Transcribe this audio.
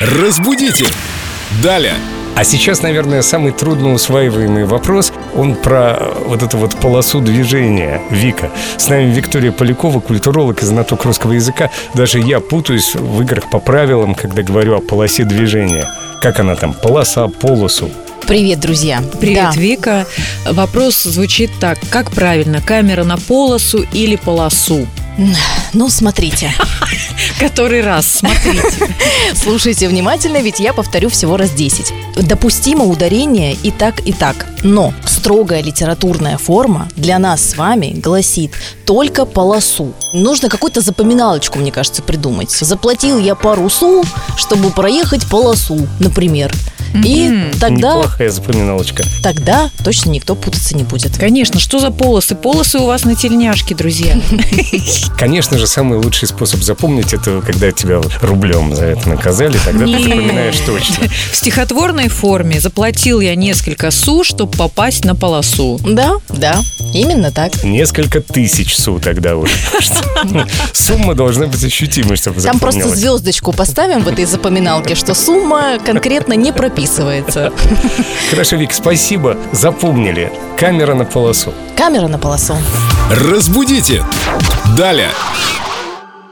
Разбудите! Далее! А сейчас, наверное, самый трудно усваиваемый вопрос, он про вот эту вот полосу движения Вика. С нами Виктория Полякова, культуролог и знаток русского языка. Даже я путаюсь в играх по правилам, когда говорю о полосе движения. Как она там? Полоса, полосу. Привет, друзья. Да. Привет, Вика. Вопрос звучит так. Как правильно, камера на полосу или полосу? Ну, смотрите, Который раз, смотрите. слушайте внимательно, ведь я повторю всего раз 10. Допустимо ударение и так, и так. Но строгая литературная форма для нас с вами гласит только полосу. Нужно какую-то запоминалочку, мне кажется, придумать. Заплатил я парусу, чтобы проехать полосу, например. И тогда, Неплохая запоминалочка. тогда точно никто путаться не будет. Конечно, что за полосы? Полосы у вас на тельняшке, друзья. Конечно же, самый лучший способ запомнить это, когда тебя рублем за это наказали, тогда ты Нет. запоминаешь точно. В стихотворной форме заплатил я несколько су, чтобы попасть на полосу. Да, да, именно так. Несколько тысяч су тогда уже. Сумма должна быть ощутимой, чтобы Там просто запомнилось. звездочку поставим в этой запоминалке, что сумма конкретно не прописывается. Хорошо, Вик, спасибо. Запомнили. Камера на полосу. Камера на полосу. Разбудите! Далее!